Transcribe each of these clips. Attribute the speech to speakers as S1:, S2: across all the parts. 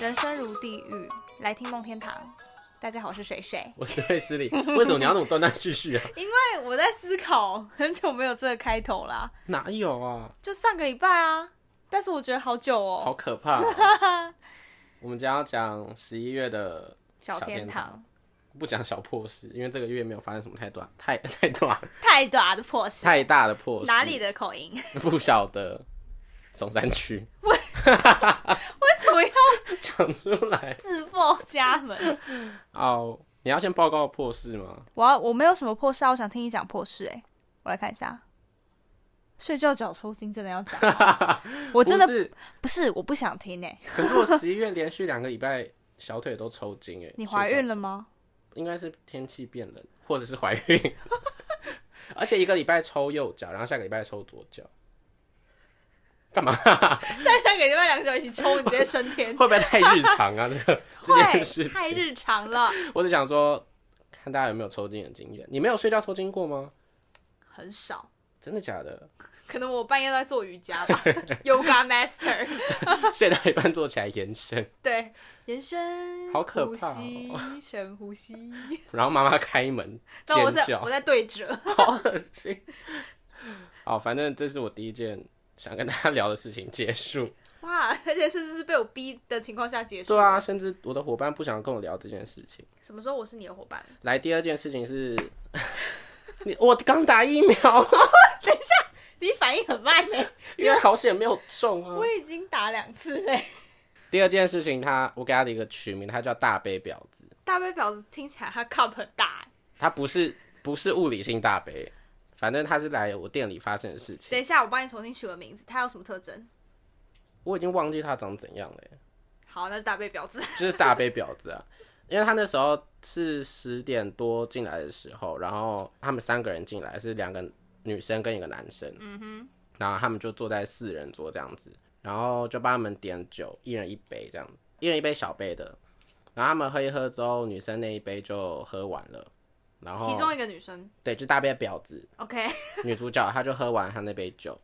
S1: 人生如地狱，来听梦天堂。大家好，我是水水。
S2: 我是卫斯理，为什么你要那种断断续续啊？
S1: 因为我在思考，很久没有这个开头啦，
S2: 哪有啊？
S1: 就上个礼拜啊。但是我觉得好久哦、
S2: 好可怕啊、 我们今天要讲十一月的
S1: 小天堂，
S2: 不讲小破事，因为这个月没有发生什么太短、太太短、
S1: 太短的破事，
S2: 太大的破事。
S1: 哪里的口音？
S2: 的？不晓得。松山区
S1: 为什么要
S2: 讲出来
S1: 自报家门？
S2: 哦。你要先报告破事吗？
S1: 我要我没有什么破事啊，我想听你讲破事、哎，我来看一下。睡觉找抽筋真的要讲吗， 我真的
S2: 不是，
S1: 不是，我不想听哎、
S2: 可是我十一月连续两个礼拜小腿都抽筋哎、
S1: 你怀孕了
S2: 睡
S1: 吗？
S2: 觉？应该是天气变冷，或者是怀孕。 而且一个礼拜抽右脚，然后下个礼拜抽左脚，干嘛？
S1: 在那个礼拜两个小时一起抽，你直接升天，
S2: 会不会太日 常啊？这个这件事
S1: 会太
S2: 情，
S1: 日常了，
S2: 我只想说，看大家有没有抽筋的经验。你没有睡觉抽筋过吗？
S1: 很少。
S2: 真的假的？
S1: 可能我半夜都在做瑜伽吧，Yoga Master。
S2: 睡到一半坐起来延伸，
S1: 对，延伸，
S2: 好可怕哦
S1: 呼吸，深呼 吸。
S2: 然后妈妈开门
S1: 那我
S2: 尖
S1: 在我
S2: 叫，
S1: 在对折，
S2: 好恶心。好，反正这是我第一件想跟大家聊的事情，结束。
S1: 哇！而且甚至是被我逼的情况下结束。
S2: 对啊，甚至我的伙伴不想跟我聊这件事情。
S1: 什么时候我是你的伙伴？
S2: 来，第二件事情是， 你我刚打疫苗，
S1: 你反应很慢嘞，
S2: 因为好险没有中啊
S1: 我。已经打两次欸嘞。
S2: 第二件事情他，我给他的一个取名，他叫大杯婊子。
S1: 大杯婊子听起来他 cup 很大欸，
S2: 他不是不是物理性大杯，反正他是来我店里发生的事情。
S1: 等一下我帮你重新取个名字，他有什么特征？
S2: 我已经忘记他长怎样了耶，
S1: 好，那是大杯婊子。
S2: 就是大杯婊子啊。因为他那时候是十点多进来的时候，然后他们三个人进来是两个女生跟一个男生，嗯哼，然后他们就坐在四人桌这样子，然后就帮他们点酒，一人一杯这样，一人一杯小杯的，然后他们喝一喝之后，女生那一杯就喝完了，然后
S1: 其中一个女生
S2: 对，就大杯婊子，
S1: ，OK
S2: 女主角她就喝完她那杯酒，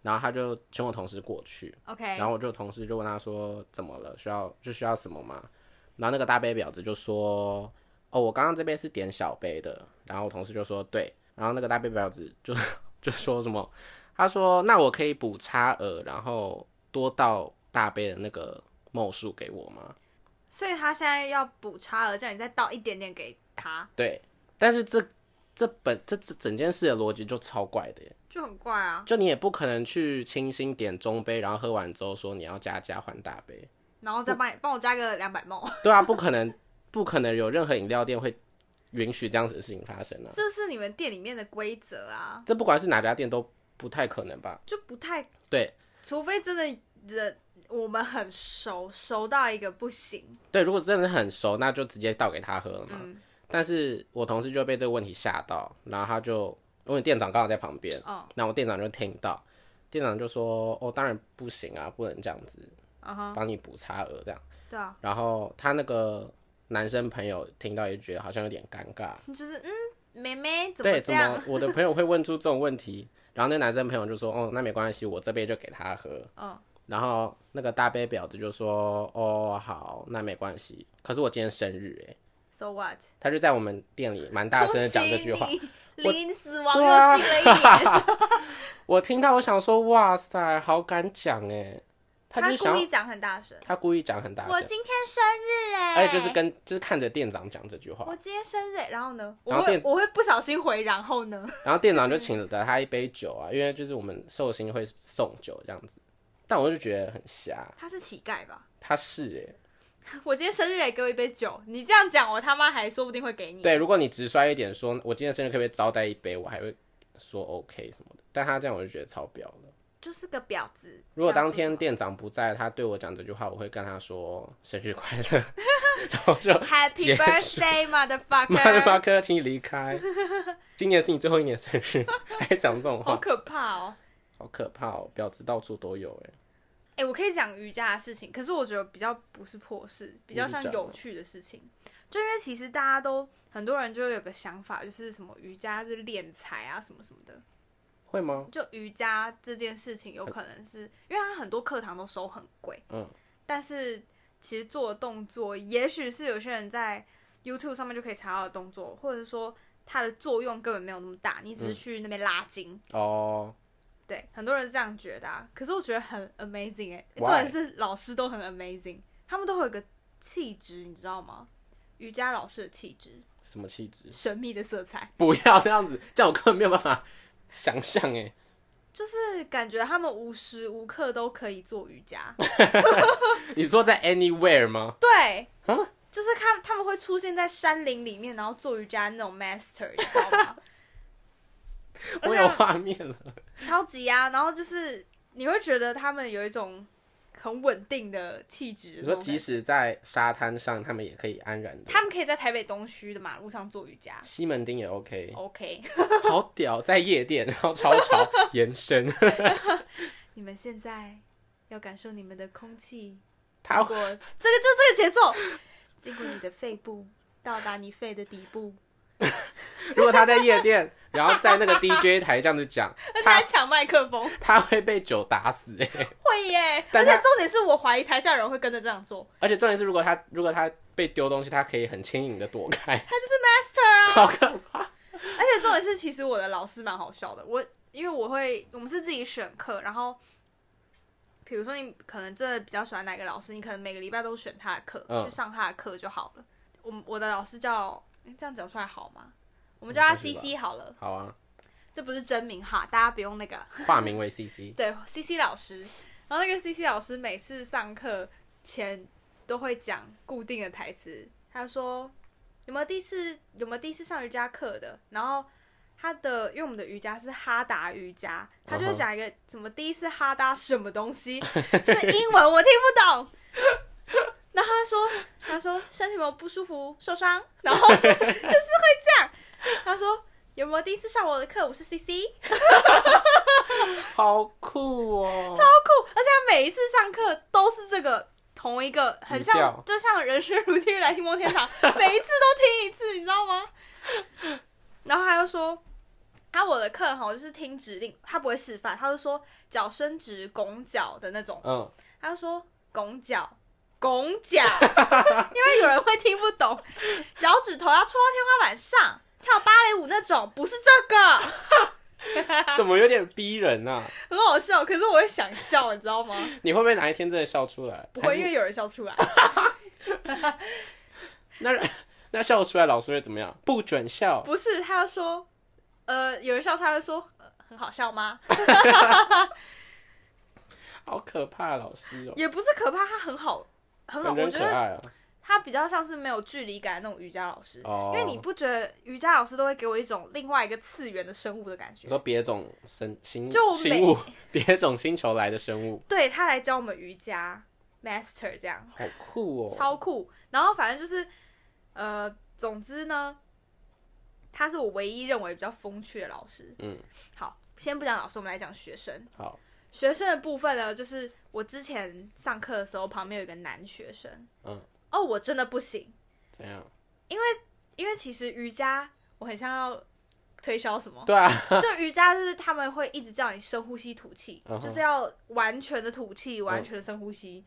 S2: 然后她就请我同事过去，
S1: OK，
S2: 然后我就同事就问她说怎么了，需要就需要什么吗？然后那个大杯婊子就说哦，我刚刚这杯是点小杯的，然后我同事就说对，然后那个大杯婊子就就说什么，她说那我可以补差额，然后多到大杯的那个墨数给我吗？
S1: 所以他现在要补差额，叫你再倒一点点给他，
S2: 对，但是这这本这这整件事的逻辑就超怪的耶。
S1: 就很怪啊。
S2: 就你也不可能去清新点中杯，然后喝完之后说你要加价换大杯，
S1: 然后再帮你帮我加个两百梦，
S2: 对啊，不可能， 不可能有任何饮料店会允许这样子的事情发生啊！
S1: 这是你们店里面的规则啊，
S2: 这不管是哪家店都不太可能吧？
S1: 就不太，
S2: 对
S1: 除非真的人我们很熟，熟到一个不行。
S2: 对，如果真的很熟，那就直接倒给他喝了嘛。
S1: 嗯
S2: 但是我同事就被这个问题吓到，然后他就因为店长刚好在旁边，
S1: 嗯
S2: 那我店长就听到，店长就说：“哦，当然不行啊，不能这样子，
S1: 啊哈，
S2: 帮你补差额这样。
S1: 对啊，”
S2: 然后他那个男生朋友听到也觉得好像有点尴尬，
S1: 就是嗯，妹妹怎么
S2: 对，
S1: 这
S2: 怎
S1: 样
S2: 么？我的朋友会问出这种问题？然后那男生朋友就说：“哦，那没关系，我这杯就给他喝。”
S1: 嗯，
S2: 然后那个大杯婊子就说：“哦，好，那没关系。可是我今天生日哎。
S1: So what？”
S2: 他就在我们店里蛮大声的讲这句话
S1: 恭，喜你，临死亡
S2: 对啊
S1: 又进了一年。
S2: 我听到我想说：“哇塞，好敢讲哎！”
S1: 他
S2: 就是
S1: 故
S2: 想要
S1: 意讲很大声，
S2: 他故意讲很大
S1: 我
S2: 声，
S1: 今天生日哎、
S2: 而且就是跟就是看着店长讲这句话
S1: 我，今天生日欸，然后呢，
S2: 然
S1: 我
S2: 后
S1: 会
S2: 店
S1: 我会不小心回，然后呢，
S2: 然后店长就请了他一杯酒啊，因为就是我们寿星会送酒这样子，但我就觉得很瞎，
S1: 他是乞丐吧？
S2: 他是哎、
S1: 我今天生日欸，给我一杯酒，你这样讲，我他妈还说不定会给你。
S2: 对，如果你直率一点说，我今天生日可不可以招待一杯，我还会说 OK 什么的。但他这样我就觉得超标了。
S1: 就是个婊子。
S2: 如果当
S1: 这
S2: 天
S1: 样
S2: 店长不在，他对我讲这句话，我会跟他说生日快乐， 然后就
S1: 说
S2: 结
S1: 什么 Happy
S2: 束
S1: birthday,
S2: 妈的
S1: motherfucker！
S2: 发哥，请你离开，今年是你最后一年生日， 还讲这种
S1: 好
S2: 话，
S1: 可怕哦！
S2: 好可怕哦！婊子到处都有哎、
S1: 哎、我可以讲瑜伽的事情，可是我觉得比较不是破事，比较像
S2: 你是讲
S1: 有趣的事情。就因为其实大家都很多人就有个想法，就是什么瑜伽是敛财啊，什么什么的。
S2: 会吗？
S1: 就瑜伽这件事情，有可能是因为它很多课堂都收很贵，
S2: 嗯，
S1: 但是其实做的动作，也许是有些人在 YouTube 上面就可以查到的动作，或者是说它的作用根本没有那么大，你
S2: 嗯
S1: 只是去那边拉筋。
S2: 哦，
S1: 对，很多人是这样觉得、啊，可是我觉得很 amazing 哎、
S2: Why？
S1: 重点是老师都很 amazing，他们都会有一个气质，你知道吗？瑜伽老师的气质，
S2: 什么气质？
S1: 神秘的色彩，
S2: 不要这样子，这样我根本没有办法想象哎。
S1: 就是感觉他们无时无刻都可以做瑜伽，
S2: 你说在 anywhere 吗？
S1: 对
S2: 啊，
S1: 就是看他们会出现在山林里面，然后做瑜伽那种 master，你知道吗？而
S2: 我
S1: 且他
S2: 有
S1: 们
S2: 画面了。
S1: 超级啊，然后就是你会觉得他们有一种很稳定的气质，
S2: 你说即使在沙滩上，他们也可以安然的。
S1: 他们可以在台北东区的马路上做瑜伽。
S2: 西门町也 OK，
S1: OK，
S2: 好屌，在夜店，然后超潮 延伸，
S1: 你们现在要感受你们的空气，
S2: 他
S1: 经过这个就这个节奏，经过你的肺部，到达你肺的底部，
S2: 如果他在夜店，然后在那个 DJ 台这样子讲，
S1: 而且还
S2: 他
S1: 抢麦克风，
S2: 他会被酒打死、欸。
S1: 会耶！而
S2: 但
S1: 且
S2: 他
S1: 重点是我怀疑台下人会跟着这样做
S2: 而且重点是，如果他如果他被丢东西，他可以很轻盈的躲开，
S1: ，Master 啊！
S2: 好可怕。
S1: 而且重点是，其实我的老师蛮好笑的，我因为我会我们是自己选课，然后。比如说，你可能真的比较喜欢哪个老师，你可能每个礼拜都选他的课，
S2: 嗯
S1: 去上他的课就好了。我我的老师叫，诶这样讲出来好吗？我们叫他
S2: 嗯不是吧
S1: CC 好了。
S2: 好 啊，
S1: 这不是真名哈，大家不用那个。啊
S2: 化名为 CC，
S1: 对，C C 老师，然后那个 C C 老师每次上课前都会讲固定的台词，他说有没有第一次有没有第一次上瑜伽课的？然后他的因为我们的瑜伽是哈达瑜伽，他就会
S2: 嗯哼
S1: 讲一个怎么第一次哈达什么东西，就是英文我听不懂。 然后他说他说身体有没有不舒服受伤，然后 就是会这样。他说有没有第一次上我的课？我是 C C。
S2: 好酷哦、
S1: 酷，而且他每一次上课都是这个同一个，很
S2: 语
S1: 像
S2: 调
S1: 就像人生如天来听梦天堂，每一次都听一次，你知道吗？然后他就说，他我的课哈就是听指令，他不会示范，他就说脚伸直拱脚的那种，
S2: 嗯，
S1: 他就说拱脚。拱 脚，因为有人会听不懂，脚趾头要戳到天花板上，跳芭蕾舞那种，不是这个，
S2: 怎么有点逼人啊？
S1: 很好笑。可是我会想笑，你知道吗？
S2: 你会不会哪一天真的笑出来？
S1: 不
S2: 还
S1: 会，
S2: 是
S1: 因为有人笑出来。
S2: 那 那笑出来，老师会怎么样？不准笑。
S1: 不是，他要说，呃，有人笑，他会说、呃很好笑吗？
S2: 好可怕，老师哦、
S1: 也不是可怕，他很好，很好。
S2: 本人
S1: 我觉
S2: 可
S1: 得
S2: 爱啊。
S1: 他比较像是没有距离感的那种瑜伽老师，
S2: 哦，
S1: 因为你不觉得瑜伽老师都会给我一种另外一个次元的生物的感
S2: 你
S1: 觉？
S2: 说别种生星
S1: 就我每
S2: 星物， 别种星球来的 生物，
S1: 对他来教我们瑜伽 master 这样，
S2: 好酷哦、
S1: 超酷。然后反正就是，呃，总之呢，他是我唯一认为比较风趣的老师。
S2: 嗯，
S1: 好，先不讲老师，我们来讲学生。
S2: 好，
S1: 学生的部分呢，就是我之前上课的时候，旁边有一个男学生，
S2: 嗯，
S1: 哦，我真的不行，
S2: 怎样？
S1: 因为其实瑜伽我很像要推销什 么，
S2: 对啊，
S1: 就瑜伽就是他们会一直叫你深呼吸吐气，
S2: 嗯哼
S1: 就是要完全的吐气，完全的深呼吸，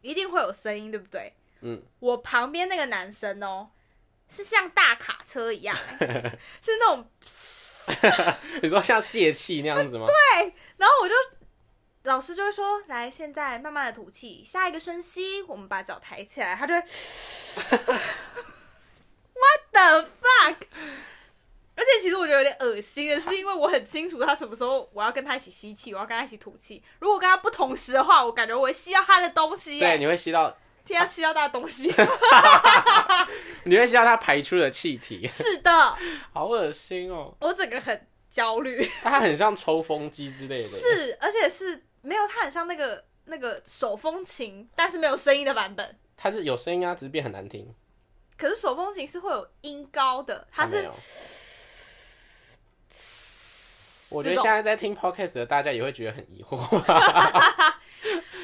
S1: 一定会有声音，对不对？
S2: 嗯，
S1: 我旁边那个男生哦，是像大卡车一样、欸 是那种，
S2: 你说像泄气那样子吗？
S1: 然后我就。老师就会说：“来，现在慢慢的吐气，下一个深吸，我们把脚抬起来。”他就会 the fuck！而且其实我觉得有点恶心的是，因为我很清楚他什么时候我要跟他一起吸气，我要跟他一起吐气。如果跟他不同时的话，我感觉我会吸到他的东西
S2: 对，
S1: 耶，
S2: 你会吸到，
S1: 天啊，吸到他的东 西。
S2: 你会吸到它排出的气体，
S1: 是的，
S2: 好恶心哦、
S1: 我整个很焦虑。
S2: 它很像抽风机之类的，
S1: 是，而且是没有，他很像那个那个手风琴，但是没有声音的版本。
S2: 它是有声音啊，只是变很难听。
S1: 可是手风琴是会有音高的，它
S2: 没
S1: 是
S2: 有。我觉得
S1: 这种
S2: 现在在听 podcast 的大家也会觉得很疑惑，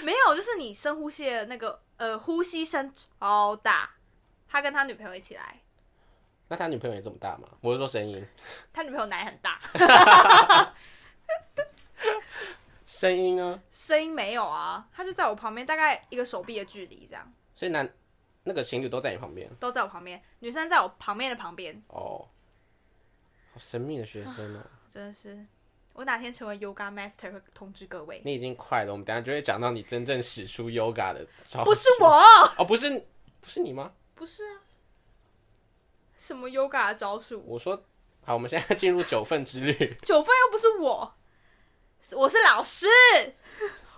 S1: 没有，就是你深呼吸的那个呃呼吸声超大。他跟他女朋友一起来，
S2: 那他女朋友也这么大吗？我是说声音，
S1: 他女朋友奶很大，
S2: 声音呢？
S1: 声音没有啊，他就在我旁边大概一个手臂的距离这样。
S2: 所以男那个情侣都在你旁边
S1: 都在我旁边，女生在我旁边的旁边，
S2: 哦，好神秘的学生哦、
S1: 真的是。我哪天成为 Yoga Master 会通知各位，
S2: 你已经快了，我们等一下就会讲到你真正使出 yoga 的招。
S1: 不是我，
S2: 哦，不是不是你吗？
S1: 不是啊，什么 Yoga 的招数？
S2: 我说好，我们现在进入九份之旅。
S1: 九份又不是我，是我是老师，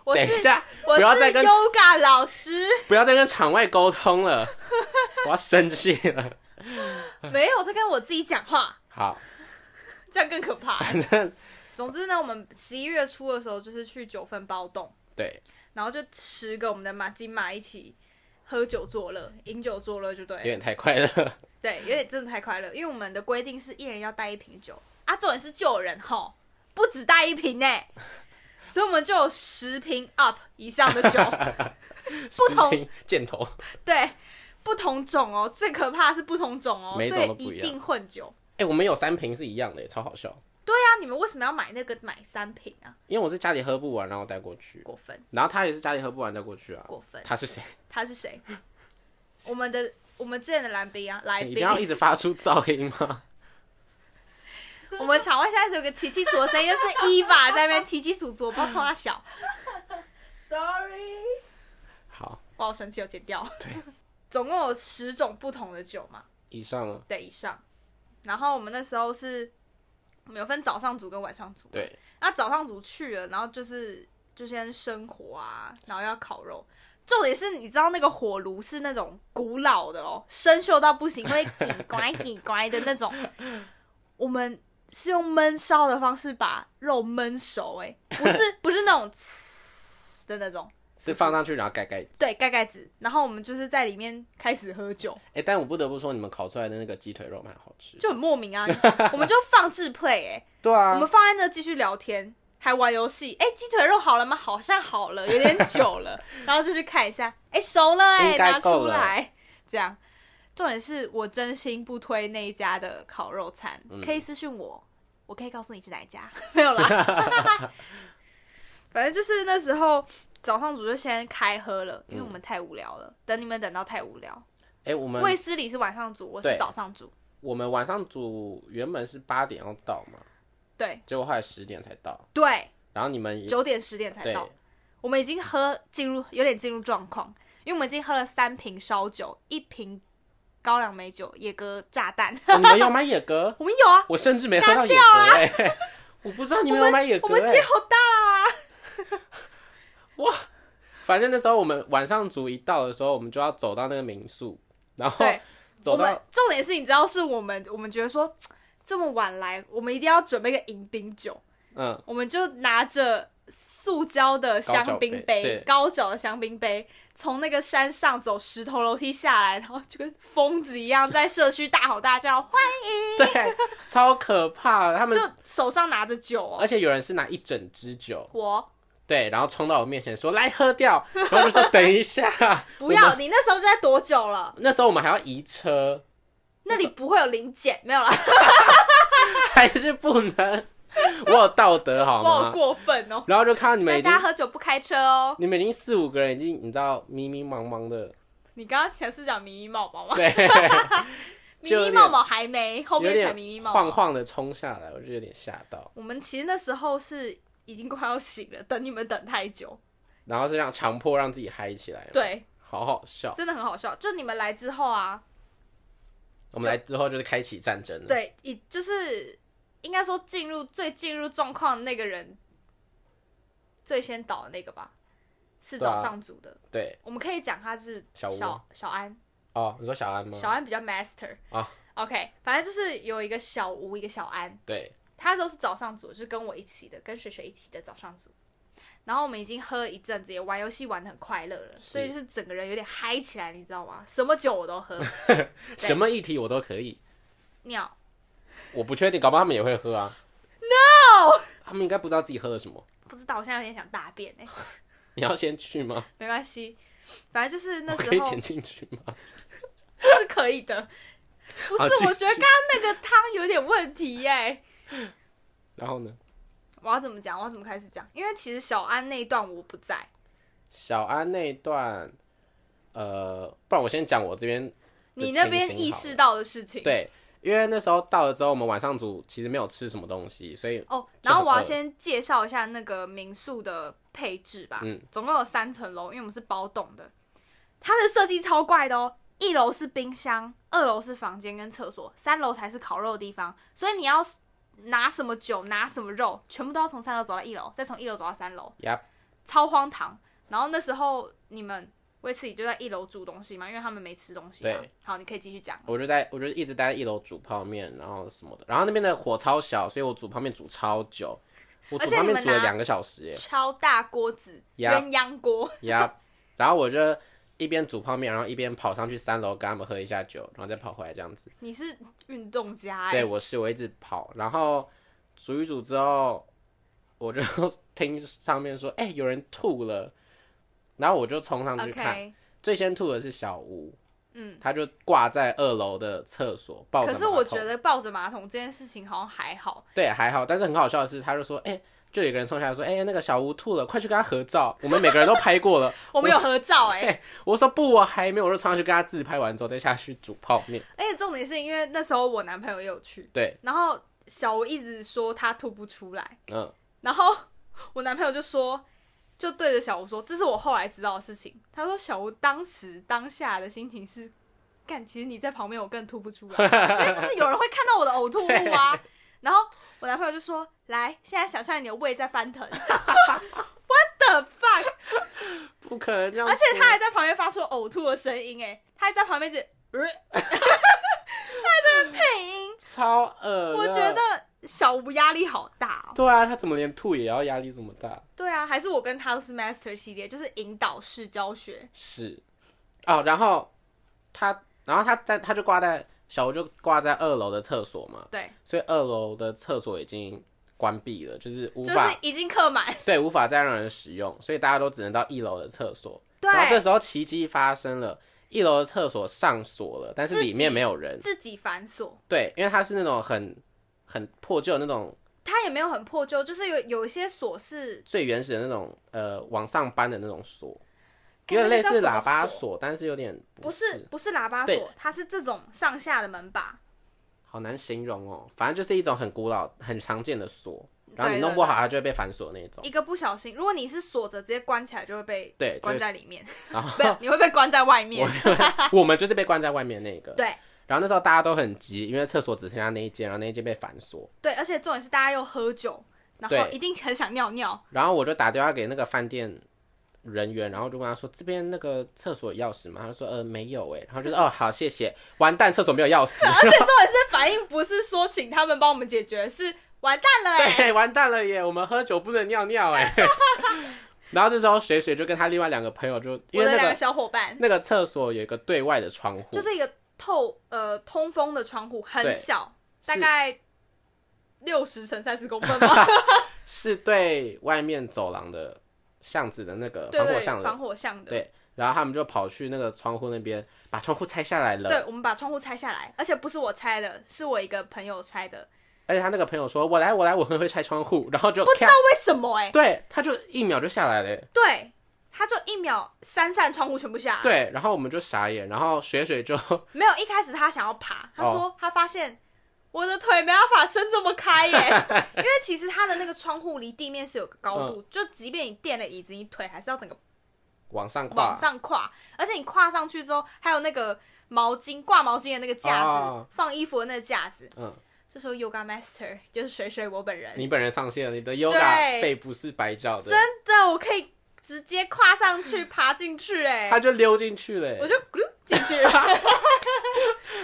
S1: 我
S2: 等一
S1: 是
S2: 下，
S1: 我
S2: 不
S1: 是
S2: 要再跟
S1: Yoga 老师，
S2: 不要再跟场外沟通 了，我要生气了。
S1: 没有在跟我自己讲话，
S2: 好，
S1: 这样更可怕。
S2: 反正
S1: 总之呢，我们十一月初的时候就是去九份包栋，
S2: 对，
S1: 然后就十个我们的马金马一起喝酒作乐，饮酒作乐就对
S2: 有
S1: 了，
S2: 点太快了。
S1: 对，有点真的太快乐，因为我们的规定是一人要带一瓶酒啊，重点是救人吼，不止带一瓶呢、所以我们就有十瓶 up 以上的酒， 不同
S2: 士兵箭头，
S1: 对，不同种哦，最可怕的是不同种哦，
S2: 每
S1: 所
S2: 种都
S1: 以
S2: 不一样
S1: 一定混酒。
S2: 哎、我们有三瓶是一样的，超好笑。
S1: 对啊，你们为什么要买那个买三瓶啊？
S2: 因为我是家里喝不完，然后带过去，
S1: 过分
S2: 然后他也是家里喝不完带过去啊。
S1: 过分，
S2: 他是谁？
S1: 他是 谁？我们的我们之前的蓝冰啊，来
S2: 你一
S1: 宾
S2: 定，要一直发出噪音吗？
S1: 我们场外现在是有个七七组的声音，就是伊娃在那边七七组组，不知道冲他 小，
S3: Sorry，
S2: 好，
S1: 我好生气，我剪掉。对，总共有十种不同的酒嘛，
S2: 以上了。
S1: 对以上。然后我们那时候是，我们有分早上组跟晚上组，
S2: 对，
S1: 那早上组去了，然后就是就先生火啊，然后要烤肉。重点是，你知道那个火炉是那种古老的哦，生锈到不行，会叽乖叽乖的那种。我们是用焖烧的方式把肉焖熟、欸，不是 不是那种呲的那种，
S2: 是放上去然后盖盖子。
S1: 对，盖盖子。然后我们就是在里面开始喝酒，
S2: 哎、但我不得不说，你们烤出来的那个鸡腿肉蛮好吃。
S1: 就很莫名啊。我们就放置 play 哎、
S2: 对啊
S1: 我们放在那继续聊天，还玩游戏。哎、鸡腿肉好了吗？好像好了，有点久了。然后就去看一下，哎、熟了哎、
S2: 应该
S1: 拿
S2: 够
S1: 出
S2: 了
S1: 来。这样，重点是我真心不推那一家的烤肉餐，
S2: 嗯
S1: 可以私信我，我可以告诉你是哪一家。 没有啦， 反正就是那时候早上组就先开喝了，因为我们太无聊了。等你们等到太无聊，
S2: 哎、嗯我们
S1: 卫斯理是晚上组，我是
S2: 对
S1: 早上组。
S2: 我们晚上煮原本是八点要到嘛，
S1: 对
S2: 结果后来十点才到，
S1: 对，
S2: 然后你们也
S1: 九点十点才
S2: 对哦
S1: 到。我们已经喝进入有点进入状况，因为我们已经喝了三瓶烧酒，一瓶高粱美酒，野格炸弹。？
S2: 哦你们有买野格
S1: 我们有啊，
S2: 我甚至没喝到野格哎、我不知道你们有买野
S1: 我
S2: 格
S1: 们
S2: 哎、
S1: 最后大啦。
S2: 反正那时候我们晚上煮一到的时候，我们就要走到那个民宿，然后
S1: 对
S2: 走
S1: 我们
S2: 到
S1: 重点是，你知道是我们，我们觉得说嘖这么晚来，我们一定要准备个迎宾酒，
S2: 嗯，
S1: 我们就拿着。塑胶的香槟
S2: 高脚杯对
S1: 杯，高脚的香槟杯，从那个山上走石头楼梯下来，然后就跟疯子一样在社区大吼大叫， 欢
S2: 对，超可怕的。他们
S1: 就手上拿着酒哦
S2: 而。且有人是拿一整支酒，
S1: 我
S2: 对，然后冲到我面前说来喝掉， 然后我就说等一下，
S1: 不
S2: 我
S1: 要，
S2: 们。
S1: 你那时候就在多久了？
S2: 那时候我们还要移车，
S1: 那里不会有零检，没有啦，
S2: 还是不能， 我有道德好
S1: 我好
S2: 吗？
S1: 过分哦！
S2: 然后就看到你们
S1: 大
S2: 已经
S1: 家喝酒不开车哦。
S2: 你们已经四五个人，已经你知道迷迷茫茫的，
S1: 你刚刚前是讲迷迷冒冒吗？
S2: 对，
S1: 迷
S2: 就有
S1: 迷
S2: 点
S1: 冒冒还没，后
S2: 有
S1: 面才迷迷
S2: 点
S1: 冒
S2: 晃
S1: 冒。
S2: 晃的冲下来，我就有点吓到。
S1: 我们其实那时候是已经快要醒了，等你们等太久，
S2: 然后是让强迫让自己嗨起来，，
S1: 对，
S2: 好好笑。
S1: 真的很好笑。就你们来之后啊，
S2: 我们来之后就是开启战争了，，
S1: 对，以就是应该说进入最进入状况的那个人，最先倒的那个吧，是
S2: 对啊
S1: 早上组的。
S2: 对，
S1: 我们可以讲他是
S2: 小吴啊
S1: 小小安，
S2: 哦，你说小安吗？
S1: 小安比较 master
S2: 啊
S1: OK，反正就是有一个小吴，一个小安，
S2: 对，
S1: 他那时候是早上组，就是跟我一起的，跟水水一起的早上组。然后我们已经喝一阵子，也玩游戏玩的很快乐了，所以就是整个人有点嗨起来，你知道吗？什么酒我都喝，
S2: 什么议题我都可以，
S1: 尿
S2: 我不确定，搞不好他们也会喝啊。No，他们应该不知道自己喝了什么。
S1: 不知道，我现在有点想大便哎、
S2: 你要先去吗？
S1: 没关系，反正就是那
S2: 我
S1: 时
S2: 可以
S1: 候
S2: 剪进去吗？
S1: 是可以的。不是
S2: 好继，续
S1: 我觉得刚刚那个汤有点问题耶、
S2: 然后呢？
S1: 我要怎么讲？我要怎么开始讲？因为其实小安那一段我不在，
S2: 小安那一段，呃，不然我先讲我这边的
S1: 你那
S2: 情
S1: 边
S2: 形
S1: 意
S2: 好
S1: 识
S2: 了
S1: 到的事情。
S2: 对，因为那时候到了之后，我们晚上组其实没有吃什么东西，所以
S1: 哦，然后
S2: 很
S1: 我要
S2: 饿
S1: 先介绍一下那个民宿的配置吧。
S2: 嗯
S1: 总共有三层楼，因为我们是包栋的。它的设计超怪的哦，一楼是冰箱，二楼是房间跟厕所，三楼才是烤肉的地方。所以你要拿什么酒，拿什么肉，全部都要从三楼走到一楼，再从一楼走到三楼，
S2: 呀，
S1: 超荒唐。然后那时候你们为自己就在一楼煮东西嘛，因为他们没吃东西、啊
S2: 对。
S1: 好，你可以继续讲。
S2: 我就在我就一直待在一楼煮泡面，然后什么的，然后那边的火超小，所以我煮泡面煮超久，我
S1: 而
S2: 煮
S1: 且
S2: 泡
S1: 你
S2: 面
S1: 们
S2: 煮了
S1: 拿
S2: 两个小时耶，
S1: 超大锅子，
S2: 呀
S1: 鸳鸯锅，
S2: 呀，然后我就一边煮泡面，然后一边跑上去三楼跟他们喝一下酒，然后再跑回来这样子。
S1: 你是运动家哎、
S2: 对，我是我一直跑，然后煮一煮之后，我就听上面说，哎、有人吐了，然后我就冲上去看
S1: OK，
S2: 最先吐的是小吴，
S1: 嗯，
S2: 他就挂在二楼的厕所抱着
S1: 可
S2: 马
S1: 是
S2: 桶。
S1: 我觉得抱着马桶这件事情好像还好，
S2: 对还好，但是很好笑的是，他就说，哎、就有一个人冲下来说：“哎、那个小吴吐了，快去跟他合照。”我们每个人都拍过了。
S1: 我们有合照哎、
S2: 对我说不，我还没有。我就冲上去跟他自拍完之后，再下去煮泡面。
S1: 而且重点是因为那时候我男朋友也有去，
S2: 对，
S1: 然后小吴一直说他吐不出来，
S2: 嗯，
S1: 然后我男朋友就说，就对着小吴说，这是我后来知道的事情。他说小吴当时当下的心情是，干，其实你在旁边我更吐不出来，因为就是有人会看到我的呕吐物啊。然后我男朋友就说，来，现在想象你的胃在翻腾 ，What the fuck？
S2: 不可能这样子。
S1: 而且他还在旁边发出呕吐的声音，哎，他还在旁 边一直，呃他还在那边配 音，
S2: 超恶，
S1: 我觉得小吴压力好大哦。
S2: 对啊，他怎么连吐也要压力这么大？
S1: 对啊，还是我跟他都是 master 系列，就是引导式教学。
S2: 是，哦，然后他，然后他在，他就挂在小吴就挂在二楼的厕所嘛，
S1: 对，
S2: 所以二楼的厕所已经关闭了，就是无
S1: 就
S2: 法、
S1: 是已经刻满。
S2: 对无法再让人使用，所以大家都只能到一楼的厕所。
S1: 对
S2: 然后这时候奇迹发生了，一楼的厕所上锁了，但是
S1: 自己
S2: 里面没有人。
S1: 自己反锁，
S2: 对，因为它是那种很很破旧的那种
S1: 他也没有很破旧，就是有有一些锁是
S2: 最原始的那种呃往上搬的那种锁，有
S1: 看那
S2: 点类
S1: 个叫
S2: 似
S1: 什么
S2: 喇叭
S1: 锁
S2: 锁，但是有点
S1: 不
S2: 是
S1: 是不是喇叭
S2: 对
S1: 锁，它是这种上下的门把。
S2: 好难形容哦，反正就是一种很古老、很常见的锁，然后
S1: 对
S2: 你弄
S1: 对
S2: 不好
S1: 对
S2: 它就会被反锁那种。
S1: 一个不小心，如果你是锁着直接关起来，就会被
S2: 对就
S1: 关
S2: 是
S1: 在里 面，
S2: 然
S1: 不是，你会被关在外面。
S2: 我们就是被关在外面那个。
S1: 对。
S2: 然后那时候大家都很急，因为厕所只剩下那一间，然后那一间被反锁。
S1: 对，而且重点是大家又喝酒，然后
S2: 对
S1: 一定很想尿尿。
S2: 然后我就打电话给那个饭店人员，然后就问他说：“这边那个厕所有钥匙吗？”他就说：“呃，没有诶。”然后就说：“哦，好，谢谢。”完蛋，厕所没有钥匙。
S1: 而且重点是反应不是说请他们帮我们解决，是完蛋了哎、
S2: 对，完蛋了耶！我们喝酒不能尿尿 哎。然后这时候水水就跟他另外两个朋友就
S1: 我
S2: 因为
S1: 的
S2: 那
S1: 两
S2: 个
S1: 个小伙伴
S2: 那个厕所有一个对外的窗户，
S1: 就是一个透呃通风的窗户，很
S2: 对
S1: 小，
S2: 是
S1: 大概六十乘三十公分 吧。
S2: 是对外面走廊的巷子的那个
S1: 对
S2: 防火
S1: 对，
S2: 巷
S1: 防
S2: 的，
S1: 火巷的。
S2: 对然后他们就跑去那个窗户那边，把窗户拆下来了。
S1: 对，我们把窗户拆下来，而且不是我拆的，是我一个朋友拆的。
S2: 而且他那个朋友说：“我来，我来，我很会拆 窗户。”然后就
S1: 不知
S2: 咔
S1: 道为什么哎、
S2: 对，他就一秒就下来了。
S1: 对，他就一秒三扇窗户全部下来。，
S2: 对，然后我们就傻眼，然后水水就
S1: 没有一开始他想要爬，他
S2: 哦
S1: 说他发现我的腿没办法伸这么开耶、 因为其实他的那个窗户离地面是有个高
S2: 嗯
S1: 度，就即便你垫了椅子，你腿还是要整个
S2: 往上跨
S1: 往，上跨，而且你跨上去之后，还有那个毛巾挂毛巾的那个架子，
S2: 哦
S1: 放衣服的那个架子。
S2: 嗯，
S1: 这时候 Yoga Master 就是水水我本人，
S2: 你本人上线了，你的 yoga
S1: 对
S2: 费不是白交的，
S1: 真的我可以直接跨上去爬进去哎、
S2: 他就溜进去了。
S1: 我就咕噜进 去，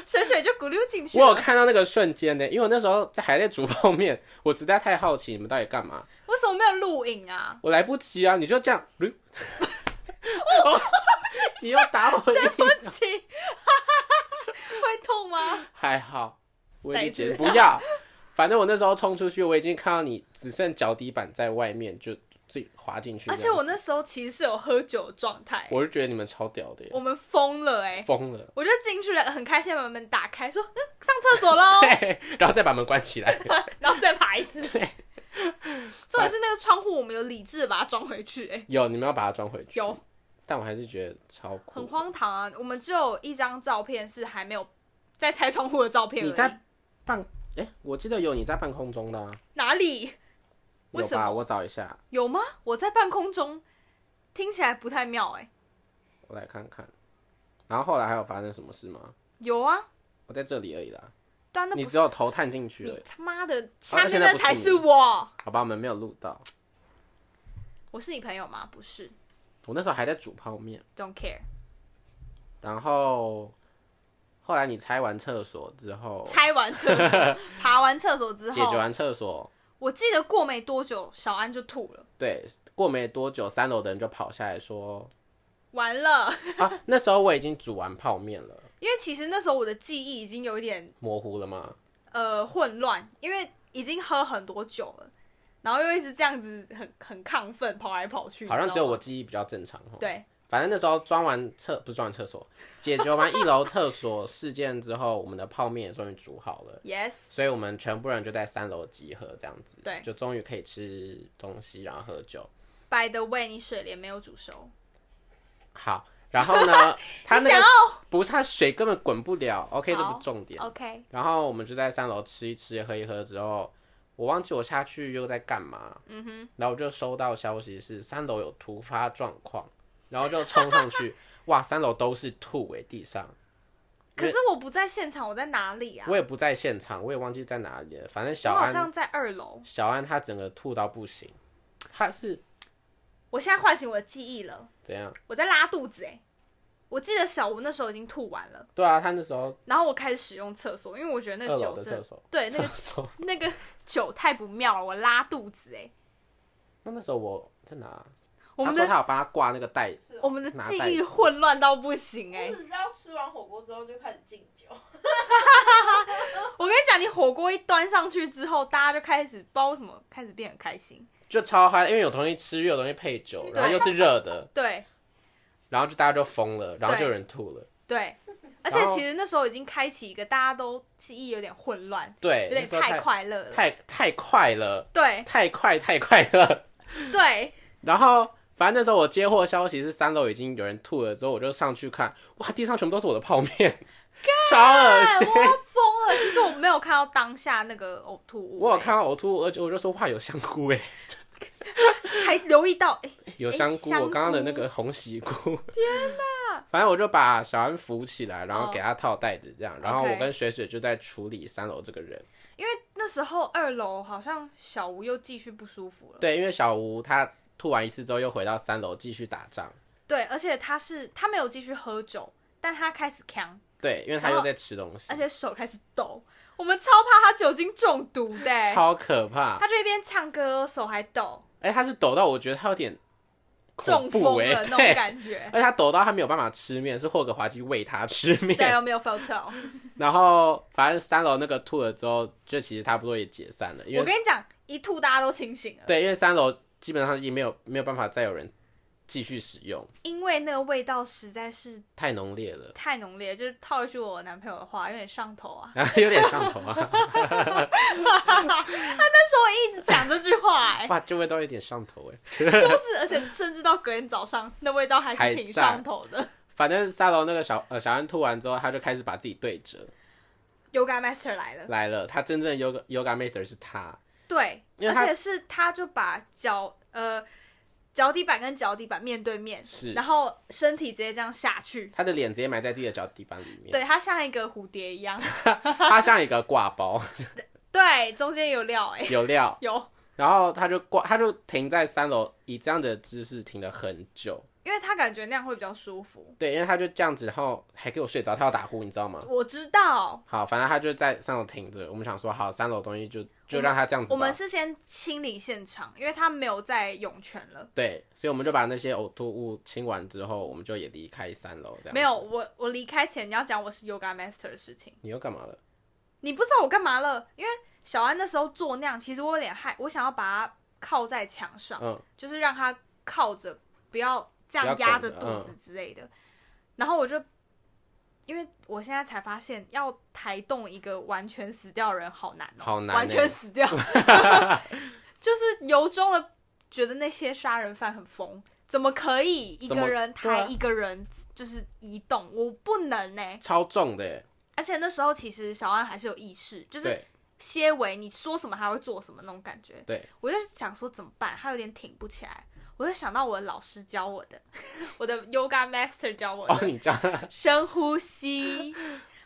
S1: 水水就咕噜进去
S2: 我有
S1: 了。
S2: 看到那个瞬间呢，因为我那时候在还在煮泡面，我实在太好奇你们到底干嘛，
S1: 为什么没有录影啊？
S2: 我来不及啊！你就这样， 呃哦你又打我一
S1: 不行，会痛吗？
S2: 还好，我已
S1: 再
S2: 经
S1: 一次
S2: 不要。反正我那时候冲出去，我已经看到你只剩脚底板在外面，就最滑进去这
S1: 而
S2: 样子。
S1: 且我那时候其实是有喝酒的状态，
S2: 我就觉得你们超屌的耶，
S1: 我们疯了哎、
S2: 疯了。
S1: 我就进去了，很开心，把门打开，说：“嗯，上厕所喽。”
S2: 对，然后再把门关起 来。
S1: 然后再爬一次。
S2: 对，
S1: 重点是那个窗户，我们有理智地把它装回去、哎，
S2: 有，你们要把它装回去。
S1: 有，
S2: 但我还是觉得超酷，
S1: 很荒唐啊！我们只有一张照片是还没有在拆窗户的照片而已。
S2: 你在半哎、我记得有你在半空中的、啊，
S1: 哪里？为
S2: 有
S1: 什
S2: 吧？
S1: 么
S2: 我找一下，
S1: 有吗？我在半空中，听起来不太妙哎、
S2: 我来看看。然后后来还有发生什么事吗？
S1: 有啊，
S2: 我在这里而已啦，
S1: 对啊，那
S2: 你
S1: 不
S2: 只
S1: 是
S2: 有头探进去而
S1: 你
S2: 已，
S1: 他妈的，下面
S2: 啊现
S1: 那
S2: 在不是
S1: 才是
S2: 你
S1: 我。
S2: 好吧，我们没有录到。
S1: 我是你朋友吗？不是
S2: 我那时候还在煮泡面，
S1: ，Don't care。
S2: 然后后来你拆完厕所之后，
S1: 拆完厕 所，爬完厕所之
S2: 解决
S1: 后，
S2: 完厕所，
S1: 我记得过没多久，小安就吐了。
S2: 对，过没多久，三楼的人就跑下来说
S1: 完了，：“
S2: 啊，那时候我已经煮完泡面了，
S1: 因为其实那时候我的记忆已经有一点
S2: 模糊了吗
S1: 呃混乱，因为已经喝很多酒了，然后又一直这样子很很亢奋跑来跑去，？”
S2: 好像
S1: 你
S2: 只
S1: 知道
S2: 有
S1: 吗
S2: 我记忆比较正常哦。
S1: 对，
S2: 反正那时候装完厕不是装完厕所， 解决完一楼厕所事件之后，我们的泡面也终于煮好了，
S1: yes
S2: 所以我们全部人就在三楼集合，这样子，
S1: 对
S2: 就终于可以吃东西，然后喝酒。
S1: by the way 你水莲没有煮熟，
S2: 好，然后 呢，他那
S1: 想
S2: 个
S1: 要
S2: 不是他水根本滚不了，OK，这
S1: 好
S2: 不重点。
S1: OK
S2: 然后我们就在三楼吃一吃、喝一喝之后，我忘记我下去又在干嘛。嗯哼。然后我就收到消息是三楼有突发状况，然后就冲上去， 哇，三楼都是吐诶、地上。
S1: 可是我不在现场，我在哪里啊？
S2: 我也不在现场，我也忘记在哪里了。反正
S1: 我
S2: 小
S1: 好
S2: 安，
S1: 像在二楼，
S2: 小安他整个吐到不行，他是
S1: 我现在唤醒我的记忆了，
S2: 怎样？
S1: 我在拉肚子哎、我记得小吴那时候已经吐完了，
S2: 对啊，他那时候
S1: 然后我开始使用厕所，因为我觉得那
S2: 二
S1: 个
S2: 楼
S1: 酒
S2: 的
S1: 真
S2: 厕
S1: 的
S2: 所，
S1: 对那
S2: 厕
S1: 个
S2: 所。
S1: 那个酒太不妙了，我拉肚子哎、
S2: 那那时候我在哪？啊
S1: 我
S2: 他
S1: 们
S2: 说
S1: 的
S2: 他有帮他挂那个带子，
S1: 我们的
S2: 拿
S1: 记
S2: 袋
S1: 忆
S2: 子
S1: 混乱到不行哎、
S3: 我只知道吃完火锅之后就开始敬酒，
S1: 我跟你讲，你火锅一端上去之后，大家就开始不知道为什么开始变很开心。
S2: 就超嗨，因为有东西吃，又有东西配酒，
S1: 啊
S2: 然后又是热的，
S1: 对
S2: 然后就大家就疯了，然后
S1: 对
S2: 就有人吐了。
S1: 对，而且其实那时候已经开启一个大家都记忆有点混乱，有，
S2: 对那
S1: 点
S2: 时候
S1: 太
S2: 太
S1: 快乐了。
S2: 太太快了，
S1: 对
S2: 太快太快了。
S1: 对，
S2: 然后反正那时候我接获消息是三楼已经有人吐了，之后我就上去看，哇，地上全部都是我的泡面，超恶
S1: 哎，
S2: 心。
S1: 我要疯了！其实我没有看到当下那个呕吐物、欸
S2: 我有看到呕吐，而且我就说哇有香菇哎，
S1: 哎，还留意到，哎、
S2: 有香菇，
S1: 香菇
S2: 我刚刚的那个红喜菇。天哪！ 反正我就把小安扶起来，然后给他套袋子这样，然后
S1: OK
S2: 我跟水水就在处理三楼这个人。
S1: 因为那时候二楼好像小吴又继续不舒服了。
S2: 对，因为小吴他吐完一次之后又回到三楼继续打仗。
S1: 对，而且他是他没有继续喝酒，但他开始呛，
S2: 对，因为他
S1: 然后
S2: 又在吃东西
S1: 而，且手开始抖。我们超怕他酒精中毒的、哎
S2: 超可怕。
S1: 他就一边唱歌，手还抖，
S2: 哎、他是抖到我觉得他有点
S1: 中风
S2: 恐怖哎、
S1: 了那种
S2: 对，
S1: 感觉。
S2: 而且他抖到他没有办法吃面，是霍格华基喂他吃
S1: 对，哦
S2: 面。
S1: 有没有 photo？
S2: 然后反正三楼那个吐了之后，就其实差不多也解散了，因
S1: 我
S2: 为
S1: 跟你讲，一吐大家都清醒了，
S2: 对，因为三楼基本上已经没有没有办法再有人继续使用，
S1: 因为那个味道实在是
S2: 太浓烈了，
S1: 太浓烈，就是套一句我男朋友的话，有点上头 啊。
S2: 然后有点上头啊，
S1: 但是我一直讲这句话、 哎，
S2: 哇，这味道有点上头哎。
S1: 就是，而且甚至到隔天早上，那味道还是
S2: 还
S1: 挺
S2: 在
S1: 上头的。
S2: 反正三楼那个小呃小安吐完之后，他就开始把自己对折
S1: Yoga Master 来了，
S2: 来了，他真正的 yoga yoga master 是他，
S1: 对，
S2: 因
S1: 而
S2: 为他
S1: 且是他就把脚呃脚底板跟脚底板面对面，
S2: 是
S1: 然后身体直接这样下去，
S2: 他的脸直接埋在自己的脚底板里面，
S1: 对，它像一个蝴蝶一样。
S2: 他像一个挂包，
S1: 对，中间有料哎、
S2: 有料。
S1: 有，
S2: 然后他就挂，他就停在三楼，以这样的姿势停了很久。
S1: 因为他感觉那样会比较舒服。
S2: 对，因为他就这样子，然后还给我睡着，他要打呼，你知道吗？
S1: 我知道，
S2: 好，反正他就在三楼停着。我们想说，好，三楼东西
S1: 嗯
S2: 就就让他这样子吧。
S1: 我们是先清理现场，因为他没有在涌泉了。
S2: 对，所以我们就把那些呕吐物清完之后，我们就也离开三楼。这样
S1: 没有，，我我离开前你要讲我是 Yoga Master 的事情，
S2: 你又干嘛了？
S1: 你不知道我干嘛了，因为小安那时候做那样，其实我有点害，我想要把它靠在墙上，
S2: 嗯，
S1: 就是让它靠着，不要这样
S2: 不要
S1: 压
S2: 拱
S1: 着
S2: 着
S1: 肚子之类的。然后我就，因为我现在才发现，要抬动一个完全死掉的人好难哦、
S2: 好难欸
S1: 完全死 掉，就是由衷的觉得那些杀人犯很疯，怎么可以一
S2: 怎么
S1: 个人
S2: 对
S1: 抬
S2: 啊
S1: 一个人就是移动？我不能欸呢、
S2: 超重的欸耶，
S1: 而且那时候其实小安还是有意识，就是
S2: 对
S1: 些微你说什么他会做什么那种感觉。
S2: 对，
S1: 我就想说怎么办，他有点挺不起来。我就想到我的老师教我的， 我的 Yoga Master 教我的、
S2: 哦，你这样，
S1: 深呼吸。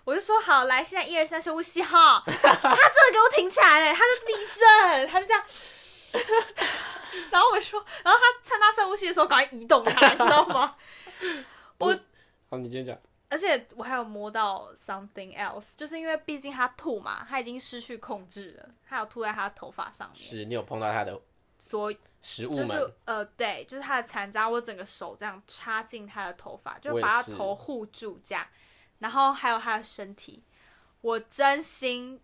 S1: 我就说好，来，现在一二三，深呼吸哈。他真的给我挺起来了，他就立正，他就这样。 然后我说，然后他趁他深呼吸的时候，赶快移动他，你知道吗？我
S2: 好，你先讲，
S1: 而且我还有摸到 something else，就是因为毕竟他吐嘛，他已经失去控制了，他有吐在他的头发上面，
S2: 是你有碰到他的
S1: 所以
S2: 食物
S1: 就
S2: 们，
S1: 是呃，对，就是他的残渣，我整个手这样插进他的头发，就
S2: 我也
S1: 把他
S2: 是
S1: 头护住这样，然后还有他的身体，我真心，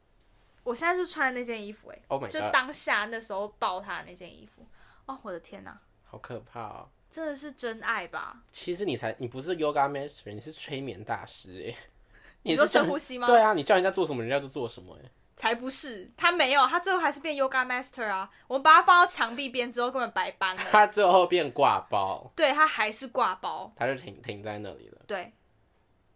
S1: 我现在就穿那件衣服、欸，
S2: Oh my
S1: 就
S2: god
S1: 当下那时候抱他的那件衣服，哦，我的天哪、
S2: 好可怕哦。
S1: 真的是真爱吧？
S2: 其实你才，你不是 Yoga Master，你是催眠大师哎。
S1: 你
S2: 是
S1: 说
S2: 叫
S1: 深
S2: 人
S1: 呼吸吗？
S2: 对啊，你叫人家做什么，人家就做什么哎。
S1: 才不是，他没有，他最后还是变 Yoga Master 啊，我们把他放到墙壁边之后，根本白搬了，
S2: 他最后变挂包，
S1: 对他还是挂包，
S2: 他就停停在那里了。
S1: 对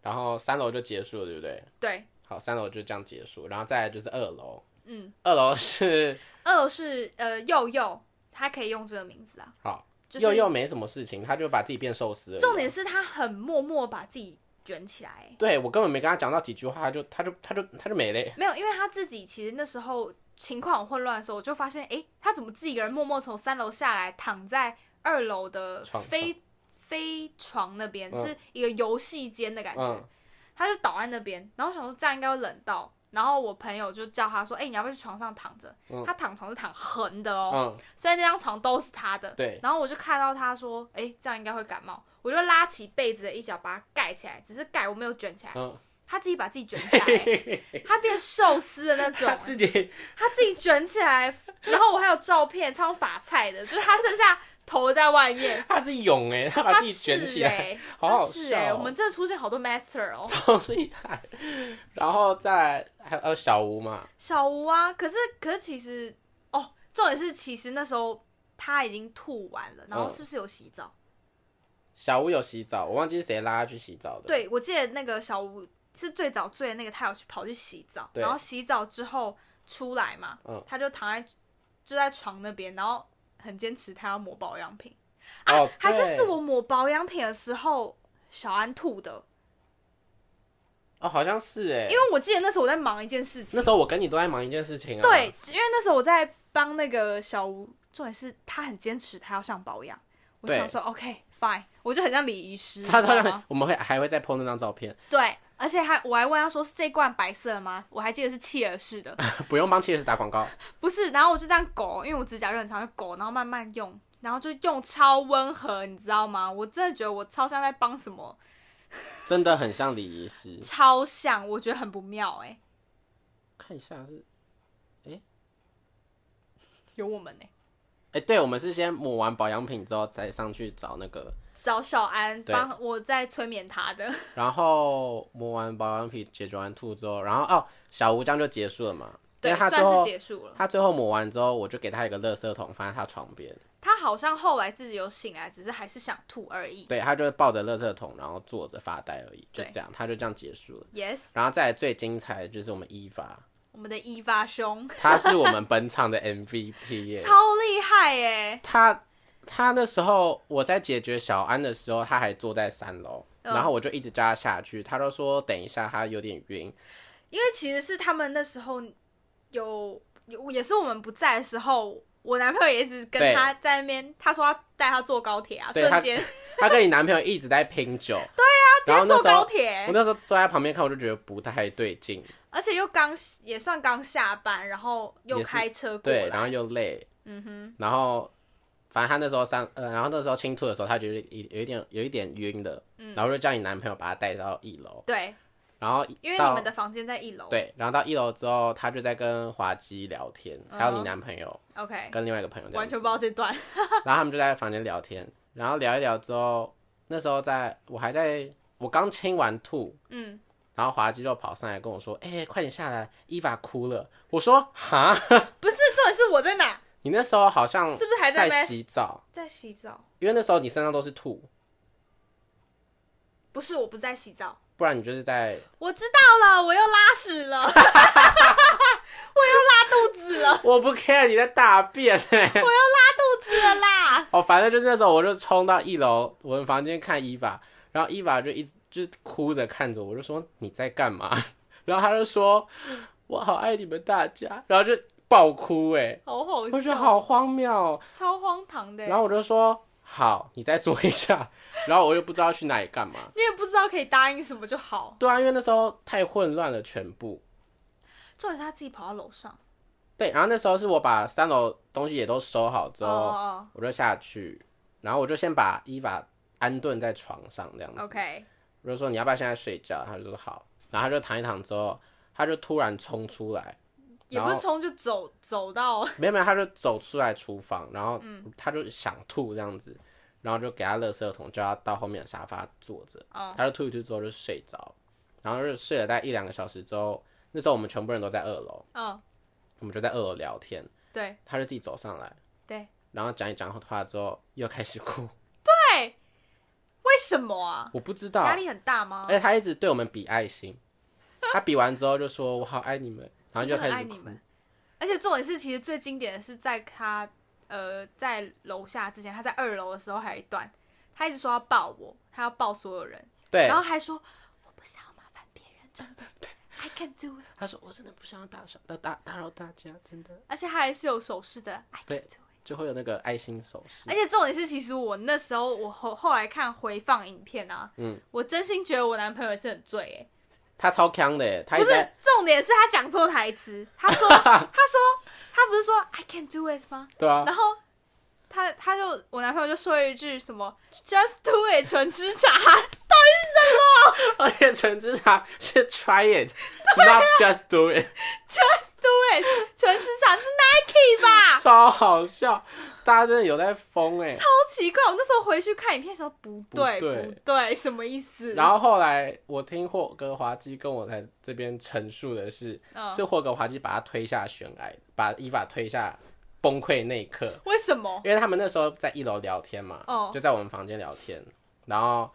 S2: 然后三楼就结束了，对不对？
S1: 对，
S2: 好，三楼就这样结束，然后再来就是二楼。
S1: 嗯，
S2: 二楼 是
S1: 二楼是呃佑佑，他可以用这个名字啊。
S2: 好，
S1: 就是
S2: 又又没什么事情，他就把自己变寿司了。
S1: 重点是他很默默把自己卷起来，
S2: 对我根本没跟他讲到几句话，他就他就他就他就没嘞。
S1: 没有，因为他自己其实那时候情况很混乱的时候，我就发现，诶，他怎么自己一个人默默从三楼下来，躺在二楼的
S2: 床上
S1: 飞飞床那边，
S2: 嗯
S1: 是一个游戏间的感觉，
S2: 嗯
S1: 他就倒在那边，然后我想说这样应该会冷到。然后我朋友就叫他说：“诶，哎你要不要去床上躺着？”
S2: 嗯
S1: 他躺床是躺横的哦，
S2: 嗯，
S1: 所以那张床都是他的。
S2: 对
S1: 然后我就看到他说：“诶，这样应该会感冒。”我就拉起被子的一角把它盖起来，只是盖，我没有卷起来。
S2: 嗯，
S1: 他自己把自己卷起 来，他变寿司的那种
S2: 他，自己，
S1: 他自己卷起来。然后我还有照片，超像法菜的，就是他剩下头在外面
S2: 他是勇哎，他把
S1: 他
S2: 自己卷
S1: 是
S2: 起来，
S1: 哎，
S2: 好
S1: 他
S2: 好
S1: 是哎，
S2: 笑哦。
S1: 我们真的出现好多 master 哦，
S2: 超厉害。然后再来还有呃小吴嘛，
S1: 小吴啊。可是可是其实哦，重点是其实那时候他已经吐完了，然后
S2: 嗯
S1: 是不是有洗澡？
S2: 小吴有洗澡，我忘记是谁拉他去洗澡的。，
S1: 对，我记得那个小吴是最早醉的那个，他有去跑去洗澡，
S2: 对
S1: 然后洗澡之后出来嘛，
S2: 嗯
S1: 他就躺在就在床那边，然后很坚持他要抹保养品，
S2: 哦，
S1: 啊还是
S2: 对
S1: 是我抹保养品的时候小安吐的，
S2: 哦，好像是哎，
S1: 因为我记得那时候我在忙一件事情
S2: 那，时候我跟你都在忙一件事情啊。
S1: 对，，因为那时候我在帮那个小吴，重点是他很坚持他要上保养，我
S2: 对
S1: 想说 OK fine，我就很像礼仪师，
S2: 他
S1: 你知道
S2: 他
S1: 吗
S2: 他我们会还会再 p 那张照片，
S1: 对。而且还我还问他说是这罐白色的吗？我还记得是契尔氏 的，
S2: 不用帮切尔斯打广告。
S1: 不是，然后我就这样勾，因为我指甲就很长，就勾，然后慢慢用，然后就用超温和，你知道吗？我真的觉得我超像在帮什么，
S2: 真的很像礼仪师。
S1: 超像，我觉得很不妙哎、
S2: 看一下是，
S1: 有我们哎、
S2: 哎、对，我们是先抹完保养品之后再上去找那个，
S1: 找小安
S2: 对
S1: 帮我在催眠他的，
S2: 然后抹完保养品解决完吐之后，然后哦，小吴这样就结束了嘛。因
S1: 对，
S2: 为他
S1: 算
S2: 最
S1: 是
S2: 后
S1: 结束了。
S2: 他最后抹完之后，我就给他一个垃圾桶放在他床边，
S1: 他好像后来自己有醒来，只是还是想吐而已。
S2: 对他就是抱着垃圾桶然后坐着发呆而已，就
S1: 对
S2: 这样，他就这样结束了。
S1: Yes，
S2: 然后再来最精彩的就是我们伊娃，
S1: 我们的伊发兄
S2: 他是我们本场的 MVP 耶、
S1: 超厉害哎、
S2: 他他那时候我在解决小安的时候，他还坐在三楼，
S1: 嗯
S2: 然后我就一直叫他下去，他都说等一下，他有点晕。
S1: 因为其实是他们那时候有有，也是我们不在的时候，我男朋友也一直
S2: 对
S1: 跟他在那边，他说要带他坐高铁啊，
S2: 对
S1: 瞬
S2: 他
S1: 间
S2: 他跟你男朋友一直在拼 酒，对啊，然后那
S1: 坐
S2: 时
S1: 高
S2: 候我
S1: 铁，
S2: 那时候坐在旁边看，我就觉得不太对劲，
S1: 而且又刚也算刚下班，然后又
S2: 也是
S1: 开车过来，
S2: 对，然后又累，
S1: 嗯哼，
S2: 然后反正他那时候上呃，然后那时候清吐的时候，他觉得有有一点有一点晕的，
S1: 嗯
S2: 然后就叫你男朋友把他带到一楼，
S1: 对，
S2: 然后
S1: 因为
S2: 到
S1: 你们的房间在一楼，
S2: 对，然后到一楼之后，他就在跟华基聊天，还有你
S1: 嗯
S2: 男朋友
S1: ，OK，
S2: 跟另外一个朋友这样子，
S1: 完全不知道这段，
S2: 然后他们就在房间聊天，然后聊一聊之后，那时候在我还在我刚清完吐，
S1: 嗯，
S2: 然后滑稽就跑上来跟我说：“哎、快点下来，伊娃哭了。”我说：“哈，
S1: 不是，重点是我在哪？
S2: 你那时候好像
S1: 是不是还在
S2: 嗯在
S1: mask-
S2: 洗澡？
S1: 在洗澡？
S2: 因为那时候你身上都是吐，
S1: 不是，我不在洗澡。
S2: 不然你就是在
S1: 我知道了，我又拉屎了，我 又拉肚子了，
S2: 我不 care 你在大便哎、
S1: 肚子了啦！
S2: 哦，反正就是那时候我就冲到一楼我们房间看伊娃，然后伊娃就一直就是哭着看着我，我就说你在干嘛？ 然后他就说我好爱你们大家，然后就爆哭哎、
S1: 好好
S2: 我觉
S1: 笑，
S2: 得好荒谬哦、
S1: 超荒唐的。欸
S2: 然后我就说好，你再做一下，然后我又不知道去哪里干嘛。
S1: 你也不知道可以答应什么就好，
S2: 对啊，因为那时候太混乱了，全部。
S1: 重点是他自己跑到楼上。
S2: 对，然后那时候是我把三楼东西也都收好之
S1: 哦
S2: 后，
S1: 哦
S2: 我就下去，然后我就先把伊娃安顿在床上这样子。
S1: 哦，OK，
S2: 我就说你要不要现在睡觉？他就说好，然后他就躺一躺之后，他就突然冲出来，
S1: 也
S2: 然
S1: 不
S2: 后
S1: 是冲就走走到，
S2: 没有没有，他就走出来厨房，然后
S1: 嗯
S2: 他就想吐这样子，然后就给他垃圾桶，叫他到后面的沙发坐着，
S1: 哦
S2: 他就吐一吐之后就睡着，然后就睡了大概一两个小时之后，那时候我们全部人都在二楼，
S1: 嗯，
S2: 我们就在二楼聊天，
S1: 对
S2: 他就自己走上来，
S1: 对，
S2: 然后讲一讲话之后又开始哭，
S1: 为什么啊？
S2: 我不知道
S1: 压，力很大吗？
S2: 而且他一直对我们比爱心，他比完之后就说我好爱你们，然后就
S1: 真的
S2: 开
S1: 很
S2: 始
S1: 爱你
S2: 哭。
S1: 们。而且重点是，其实最经典的是在他呃在楼下之前，他在二楼的时候还有一段，他一直说要抱我，他要抱所有人，
S2: 对，
S1: 然后还说我不想要麻烦别人，真 的，I can do it。
S2: 他说我真的不想要打扰打打打扰大家，真的
S1: 而且他还是有手势的，I can
S2: 对
S1: do it。
S2: 就会有那个爱心手势
S1: 而。且重点是，其实我那时候我后后来看回放影片啊，
S2: 嗯，
S1: 我真心觉得我男朋友也是很醉哎、
S2: 他超强的欸耶，他一
S1: 不
S2: 直在
S1: 是，重点是他讲错台词，他 说他说他不是说 I can do it 吗？
S2: 对啊，
S1: 然后他他就我男朋友就说一句什么 “just do it” 纯吃茶，
S2: 而且橙之茶是 try
S1: 啊
S2: it，not just do it，
S1: “do it” 纯吃茶是 Nike 吧？
S2: 超好笑，大家真的有在疯哎。
S1: 超奇怪！我那时候回去看影片的时候，不对，
S2: 不对
S1: 不对，什么意思？
S2: 然后后来我听霍格华基跟我在这边陈述的是，
S1: 嗯
S2: 是霍格华基把他推下悬崖，把伊娃推下崩溃那一刻，
S1: 为什么？
S2: 因为他们那时候在一楼聊天嘛，
S1: 哦
S2: 就在我们房间聊天，然后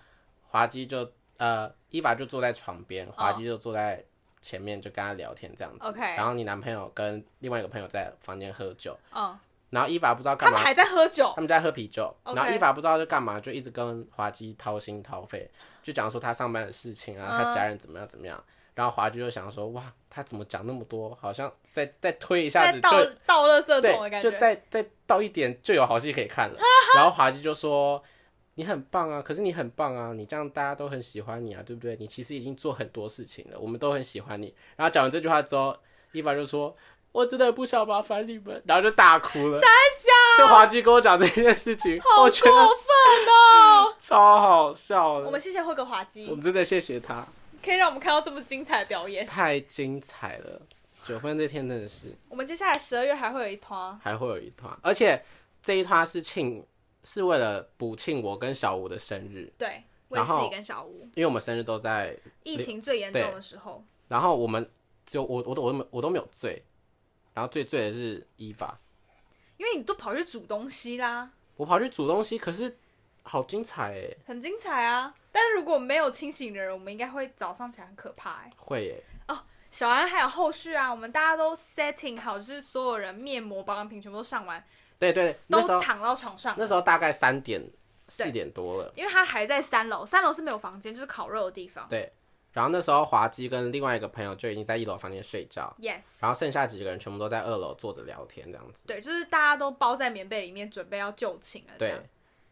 S2: 滑稽就呃伊娃就坐在床边，滑稽就坐在前面就跟他聊天这样子。
S1: 哦 OK
S2: 然后你男朋友跟另外一个朋友在房间喝酒，
S1: 嗯，
S2: 然后伊娃不知道
S1: 他
S2: 干
S1: 们
S2: 嘛，
S1: 还在喝酒
S2: 他，们在喝啤酒
S1: OK
S2: 然后伊娃不知道就干嘛，就一直跟滑稽掏心掏肺，就讲说他上班的事情啊，
S1: 嗯
S2: 他家人怎么样怎么样。然后滑稽就想说，哇，他怎么讲那么多？好像再再推一下
S1: 在
S2: 子
S1: 倒
S2: 就
S1: 倒垃 圾桶的
S2: 对，
S1: 感
S2: 就
S1: 觉。
S2: 再再到一点就有好戏可以 看了。然后华基就说：“你很棒啊，可是你很棒啊，你这样大家都很喜欢你啊，对不对？你其实已经做很多事情了，我们都很喜欢你。”然后讲完这句话之后，伊凡就说：“我真的不想麻烦你们。”然后就大哭了。是华基跟我讲这件事情，
S1: 好
S2: 我觉得
S1: 过 分哦！
S2: 超好笑
S1: 我
S2: 的。
S1: 们谢谢霍格华
S2: 我
S1: 基
S2: 们，真的谢谢他，
S1: 可以让我们看到这么精彩的表演。
S2: 太精彩了。九分这天真的是
S1: 我们接下来十二月还会有一团，
S2: 还会有一团，而且这一团是庆，是为了补庆我跟小吴的生日，
S1: 对，威
S2: 然后
S1: 斯理跟小吴，
S2: 因为我们生日都在，
S1: 疫情最严重的时候，
S2: 然后我们只有我我都我都没我都没有醉，然后最醉的是伊法，
S1: 因为你都跑去煮东西啦，
S2: 我跑去煮东西，可是好精彩诶，
S1: 很精彩啊！但如果没有清醒的人，我们应该会早上起来很可怕、欸。
S2: 会诶，
S1: 小安还有后续啊，我们大家都 setting 好，就是所有人面膜、保养品全部都上完，
S2: 对对对，那
S1: 都
S2: 时候
S1: 躺到床上。
S2: 那时候大概三点四点多了，
S1: 因为他还在三楼，三楼是没有房间，就是烤肉的地方。
S2: 对，然后那时候华基跟另外一个朋友就已经在一楼房间睡觉，
S1: Yes，
S2: 然后剩下几个人全部都在二楼坐着聊天这样子，
S1: 对，就是大家都包在棉被里面，准备要就寝了。这
S2: 对
S1: 样，，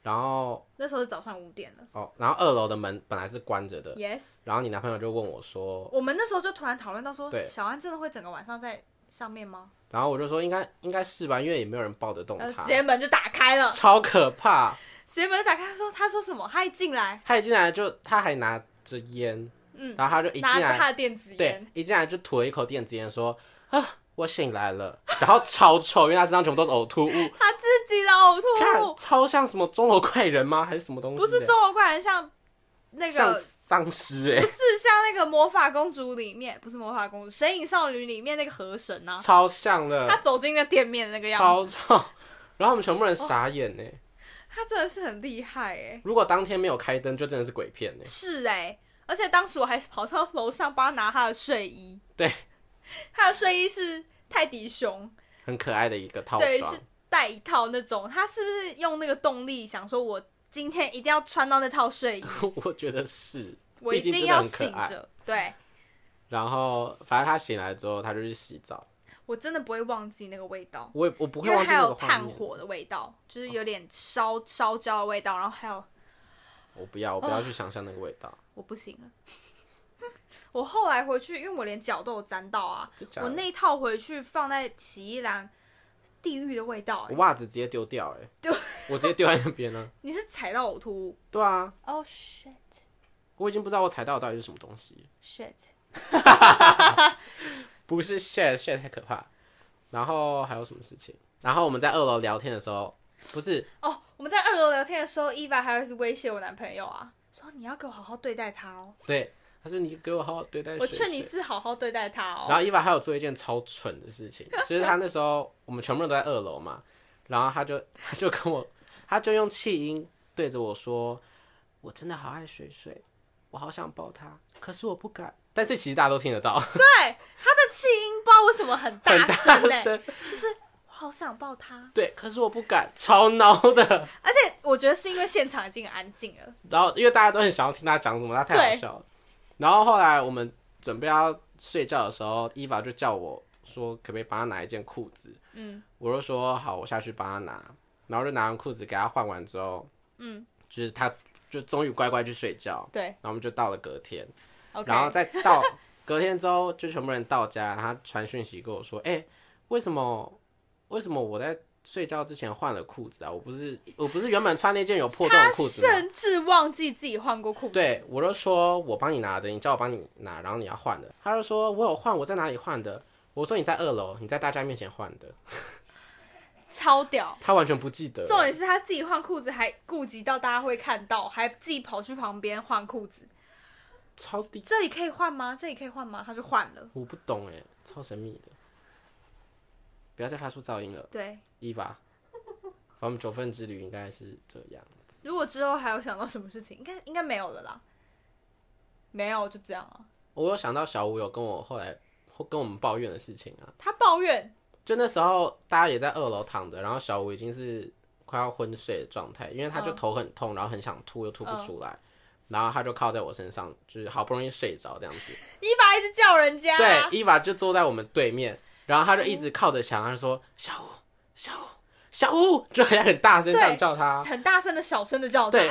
S2: 然后
S1: 那时候是早上五点了。
S2: 哦，然后二楼的门本来是关着的。
S1: Yes，
S2: 然后你男朋友就问我说，
S1: 我们那时候就突然讨论到说，
S2: 对
S1: 小安真的会整个晚上在上面吗？
S2: 然后我就说应该应该是吧，因为也没有人抱得动
S1: 然后
S2: 他
S1: 直，接门就打开了，
S2: 超可怕。
S1: 直接门打开，他说他说什么？他一进来，
S2: 他一进来就他还拿着烟，
S1: 嗯，
S2: 然后他就一
S1: 拿
S2: 进
S1: 着
S2: 来，
S1: 他的电子
S2: 对
S1: 烟，，
S2: 一进来就吐了一口电子烟，说啊我醒来了，然后超臭，因为他身上全部都是呕吐 物，
S1: 他自己的呕吐
S2: 看
S1: 物，
S2: 啊超像什么钟楼怪人吗？还是什么东西？
S1: 不是，中国怪人像那
S2: 像
S1: 个
S2: 丧尸哎
S1: 不，是像那个魔法公主里面，不是魔法公主，神隐少女里面那个河神啊，
S2: 超像的
S1: 他，走进那店面的那个样
S2: 超
S1: 子，
S2: 像。然后我们全部人傻眼呢、欸
S1: 他真的是很厉害哎、
S2: 如果当天没有开灯，就真的是鬼片欸呢、
S1: 是哎、而且当时我还跑到楼上帮他拿他的睡衣，
S2: 对，
S1: 他的睡衣是泰迪熊，
S2: 很可爱的一个套
S1: 对，
S2: 装
S1: 是。带一套那种，他是不是用那个动力想说，我今天一定要穿到那套睡衣，
S2: 我觉得是，
S1: 我
S2: 毕
S1: 一
S2: 竟
S1: 定
S2: 真的
S1: 要
S2: 很可
S1: 醒
S2: 爱。
S1: 着，对。
S2: 然后反正他醒来之后，他就去洗澡。
S1: 我真的不会忘记那个味道，
S2: 我也我不
S1: 因
S2: 会
S1: 为
S2: 忘记
S1: 还
S2: 那
S1: 有
S2: 个画
S1: 炭
S2: 面。
S1: 火的味道，就是有点烧烧焦的味道，然后还有
S2: 我不要，我不
S1: 哦
S2: 要去想象那个味道。
S1: 我不行了。 我后来回去，因为我连脚都有沾到啊，
S2: 真假的
S1: 我那一套回去放在洗衣篮，地狱的味道、
S2: 我
S1: 欸，
S2: 袜子直接丢掉哎、
S1: 丢，
S2: 我直接丢在那边呢、
S1: 你是踩到呕吐物
S2: 对啊，
S1: ？Oh shit
S2: 我已经不知道我踩到的到底是什么东西，
S1: shit！
S2: 不是 shit shit 太可怕。然后还有什么事情？然后我们在二楼聊天的时候，不是
S1: 哦，我们在二楼聊天的时候，Eva 还是威胁我男朋友啊，说你要给我好好对待他哦，
S2: 对，他说你给我好好对待水
S1: 我
S2: 水。
S1: 劝你是好好对待他哦。
S2: 然后伊娃还有做一件超蠢的事情，就是他那时候我们全部人都在二楼嘛，然后他就他就跟我，他就用气音对着我说：“我真的好爱水水，我好想抱他，可是我不敢。”但是其实大家都听得到，
S1: 对，他的气音不知道为什么很大
S2: 很大
S1: 声呢、欸
S2: 声，
S1: 就是我好想抱他，
S2: 对，可是我不敢，超孬的。
S1: 而且我觉得是因为现场已经安静了，
S2: 然后因为大家都很想要听他讲什么，他太好
S1: 对
S2: 笑了。然后后来我们准备要睡觉的时候，伊娃就叫我说可不可以帮他拿一件裤子？
S1: 嗯，
S2: 我就说好，我下去帮他拿。然后就拿完裤子给他换完之后，
S1: 嗯，
S2: 就是他就终于乖乖去睡觉。
S1: 对
S2: 然后我们就到了隔天
S1: ，OK，
S2: 然后再到隔天之后，就全部人到家，然后他传讯息跟我说：“哎、为什么为什么我在睡觉之前换了裤子啊？我不是我不是原本穿那件有破洞的
S1: 他
S2: 裤子吗？”
S1: 甚至忘记自己换过裤子，
S2: 对，我就说我帮你拿的，你叫我帮你拿，然后你要换的。他就说我有换，我在哪里换的？我说你在二楼，你在大家面前换的。
S1: 超屌。
S2: 他完全不记得。
S1: 重点是他自己换裤子，还顾及到大家会看到，还自己跑去旁边换裤子。
S2: 超低，
S1: 这里可以换吗？这里可以换吗？他就换了。
S2: 我不懂哎，超神秘的。不要再发出噪音了，
S1: 对，
S2: 伊娃。我们九份之旅应该是这样。
S1: 如果之后还有想到什么事情，应该应该没有了啦。没有，就这样啊。
S2: 我有想到小吴有跟我后来跟我们抱怨的事情啊，
S1: 他抱怨，
S2: 就那时候大家也在二楼躺着，然后小吴已经是快要昏睡的状态，因为他就
S1: 嗯
S2: 头很痛，然后很想吐又吐不出来，然后他就靠在我身上，就是好不容易睡着这样子。
S1: 伊爸一直叫人家、
S2: 对，，伊娃就坐在我们对面，然后他就一直靠着墙，他就说小吴，小吴，小吴，就很很大声这样
S1: 对，
S2: 叫他。
S1: 很大声的、小声的叫他。
S2: 对，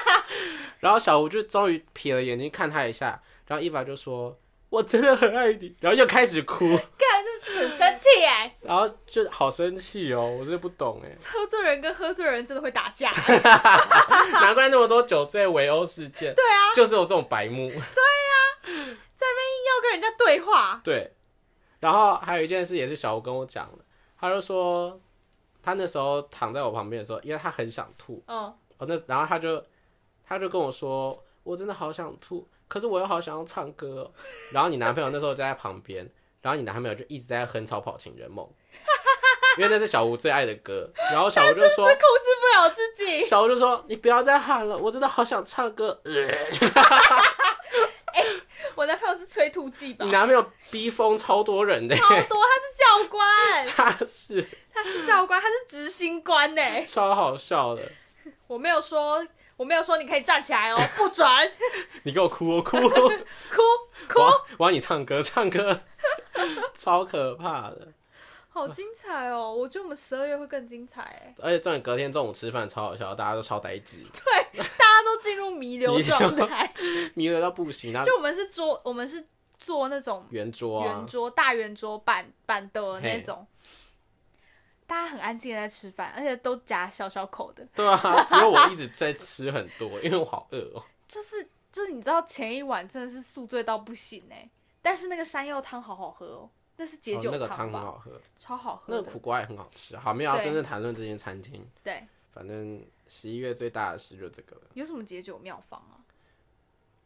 S2: 然后小吴就终于瞥了眼睛看他一下，然后伊娃就说：“我真的很爱你。”然后又开始哭，
S1: 干，这是很生气哎！
S2: 然后就好生气哦，我真的不懂哎。
S1: 喝醉人跟喝醉人真的会打架。
S2: 难怪那么多酒醉围殴事件。对啊，就是有这种白目。
S1: 要跟人家对话，
S2: 对，然后还有一件事也是小吴跟我讲的，他就说他那时候躺在我旁边的时候，因为他很想吐，
S1: 嗯，
S2: 哦，那然后他就他就跟我说，我真的好想吐，可是我又好想要唱歌、哦。然后你男朋友那时候就在旁边，然后你男朋友就一直在哼《超跑情人 梦》，因为那是小吴最爱的歌。然后小吴就说
S1: 是控，制不了自己。
S2: 小吴就说你不要再喊了，我真的好想唱歌。呃
S1: 我男朋友是催吐剂吧
S2: 你？男朋友逼疯超多人的 耶，
S1: 超多，他是教官，
S2: 他是
S1: 他是教官，他是执行官呢。
S2: 超好笑的。
S1: 我没有说，我没有说你可以站起 来哦，不准
S2: 你给我哭，我哭，
S1: 哭哭
S2: 我，要我要你唱歌，唱歌， 超可怕的。
S1: 好精彩哦！我觉得我们十二月会更精彩哎，
S2: 而且重点，隔天中午吃饭超好笑，大家都超呆滞，
S1: 大家都进入弥留状态，
S2: 迷得到不行。然后
S1: 就我们是桌，我们是坐那种
S2: 圆桌啊
S1: 圆，桌、大圆桌板板的那
S2: 嘿
S1: 种，大家很安静的在吃饭，而且都夹小小口的，
S2: 对啊，只有我一直在吃很多，因为我好饿哦、
S1: 就是就是你知道前一晚真的是宿醉到不行哎、但是那个山药汤好好喝哦，那是解
S2: 哦
S1: 酒
S2: 那个
S1: 吧，
S2: 汤很好喝，
S1: 超好喝
S2: 那
S1: 的。
S2: 个苦瓜也很好吃。好，没有要
S1: 对
S2: 真正谈论这间餐厅，
S1: 对，
S2: 反正十一月最大的事就这个了。
S1: 有什么解酒妙方啊？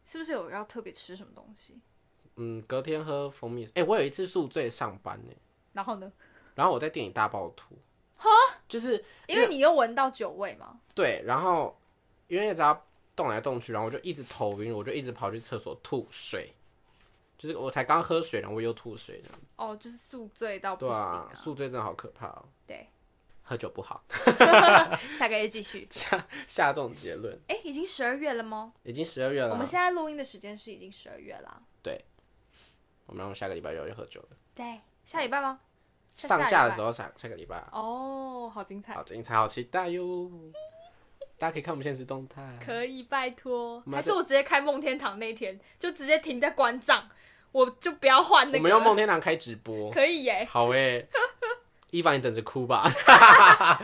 S1: 是不是有要特别吃什么东西？
S2: 嗯，隔天喝蜂蜜。哎、我有一次宿醉上班呢、
S1: 然后呢？
S2: 然后我在店里大爆吐。哈，就是
S1: 因为你又闻到酒味嘛，
S2: 对，然后因为只要动来动去，然后我就一直头晕，我就一直跑去厕所吐水，就是我才刚喝水，然后我又吐水这样
S1: 哦，就是宿醉到不
S2: 对
S1: 行
S2: 啊
S1: 啊，。
S2: 宿醉真的好可怕哦。
S1: 对，
S2: 喝酒不好，
S1: 下个月继续。
S2: 下这种结论。
S1: 哎、已经十二月了吗？
S2: 已经十二月了啊，
S1: 我们现在录音的时间是已经十二月啦。
S2: 我们然后下个礼拜又要去喝酒了。
S1: 对，下礼拜吗？下
S2: 上架的
S1: 下
S2: 时候下下个礼拜啊，
S1: 哦，好精彩
S2: 好，精彩，好期待哟！大家可以看我们现实动态。啊
S1: 可以拜托，
S2: 妈的
S1: 还是我直接开梦天堂那天就直接停在关账，我就不要换那个。
S2: 我们用梦天堂开直播，
S1: 可以耶、
S2: 好诶。伊凡，你等着哭吧，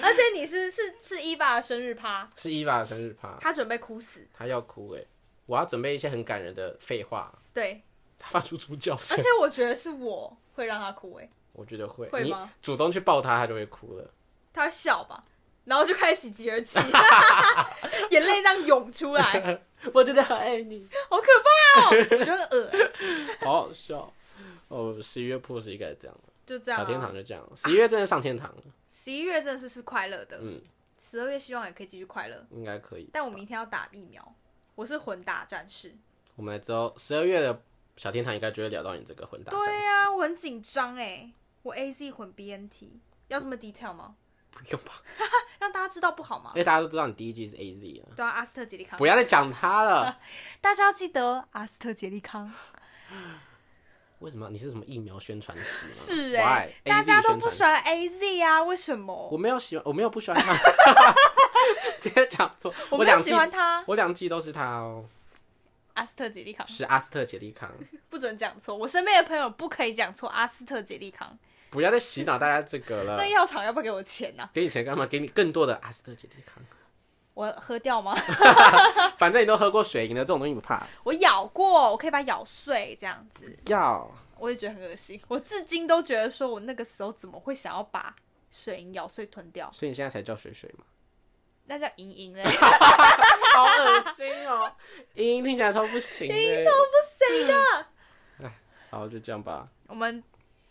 S1: 而且你是是是伊爸的生日趴，
S2: 是伊凡的生日趴，
S1: 他准备哭死。
S2: 他要哭诶。我要准备一些很感人的废话，
S1: 对，
S2: 他发出猪叫
S1: 而
S2: 声
S1: 且，我觉得是我会让他哭哎、
S2: 我觉得会，
S1: 会
S2: 你
S1: 吗
S2: 主动去抱他，他就会哭了。
S1: 他会笑吧，然后就开始喜极 而泣，眼泪这样涌出来，
S2: 我真的好
S1: 哎
S2: 爱你，
S1: 好可怕哦！我觉得很恶、欸，
S2: 好好笑。哦，十一月破是应该这样了，
S1: 就这样、
S2: 小天
S1: 啊
S2: 堂。就这样了，十一月真的上天堂了，
S1: 十一月真的是是快乐的，
S2: 嗯，
S1: 十二月希望也可以继续快乐。
S2: 应该可以。
S1: 但我明天要打疫苗，我是混打战士。
S2: 我们之后十二月的小天堂应该就会聊到你这个混搭战士。
S1: 对呀、我很紧张哎，我 A Z 混 B N T，要这么 detail 吗？
S2: 不用吧？
S1: 让大家知道不好吗
S2: 因？为大家都知道你第一季是 A Z 啊，
S1: 对啊，阿斯特杰利康
S2: 哎不，要再讲他了。
S1: 大家要记得阿斯特杰利康
S2: 为什么你是什么疫苗宣传师吗？
S1: 是哎、
S2: 哎，
S1: 大家都
S2: AZ
S1: 不
S2: 宣传
S1: 喜
S2: 师。
S1: 欢 A Z 啊，为什
S2: 我
S1: 么？
S2: 没有喜欢，我没有不喜 欢他，直接讲错。
S1: 我
S2: 我
S1: 没有
S2: 两
S1: 喜
S2: 季，
S1: 欢他，
S2: 我两季都是他哦，
S1: 阿斯特杰利康
S2: 是阿斯特杰利康。
S1: 不准讲错，我身边的朋友不可以讲错阿斯特杰利康。
S2: 不要再洗脑大家这个了
S1: 那。药厂要不要给我钱啊呢、
S2: 给你钱干嘛？给你更多的阿斯特杰利康。
S1: 我喝掉 吗？
S2: 反正你都喝过水银的这种东西不怕。
S1: 我咬过，我可以把它咬碎这样子。
S2: 要
S1: 我也觉得很恶心，我至今都觉得说我那个时候怎么会想要把水银咬碎吞掉？
S2: 所以你现在才叫水水嘛？
S1: 那叫银银 嘞，
S2: 哎好恶心哦！莹莹听起来超不行的。莹莹超不行的。好，就这样吧。
S1: 我们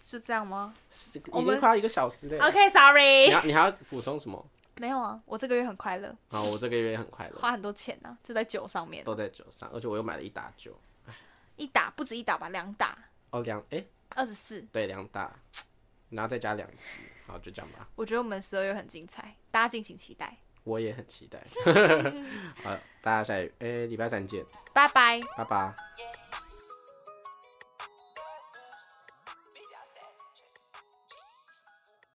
S1: 就这样 吗
S2: 是已
S1: 我
S2: 经
S1: 们
S2: 快要一个小时了。你
S1: ？OK，Sorry，、
S2: 要你还要补充什么？
S1: 没有啊，我这个月很快乐，
S2: 啊，我这个月也很快乐，
S1: 花很多钱啊，就在酒上面，
S2: 都在酒上，而且我又买了一打酒。
S1: 一打不止一打吧，两打，
S2: 哦，两哎、
S1: 二十四。
S2: 对，两打，然后再加两支。好，就这样吧。
S1: 我觉得我们十二月很精彩，大家敬请期待，
S2: 我 也很期待。好，大家下哎礼拜三见，
S1: 拜拜。
S2: 拜拜。
S3: 耶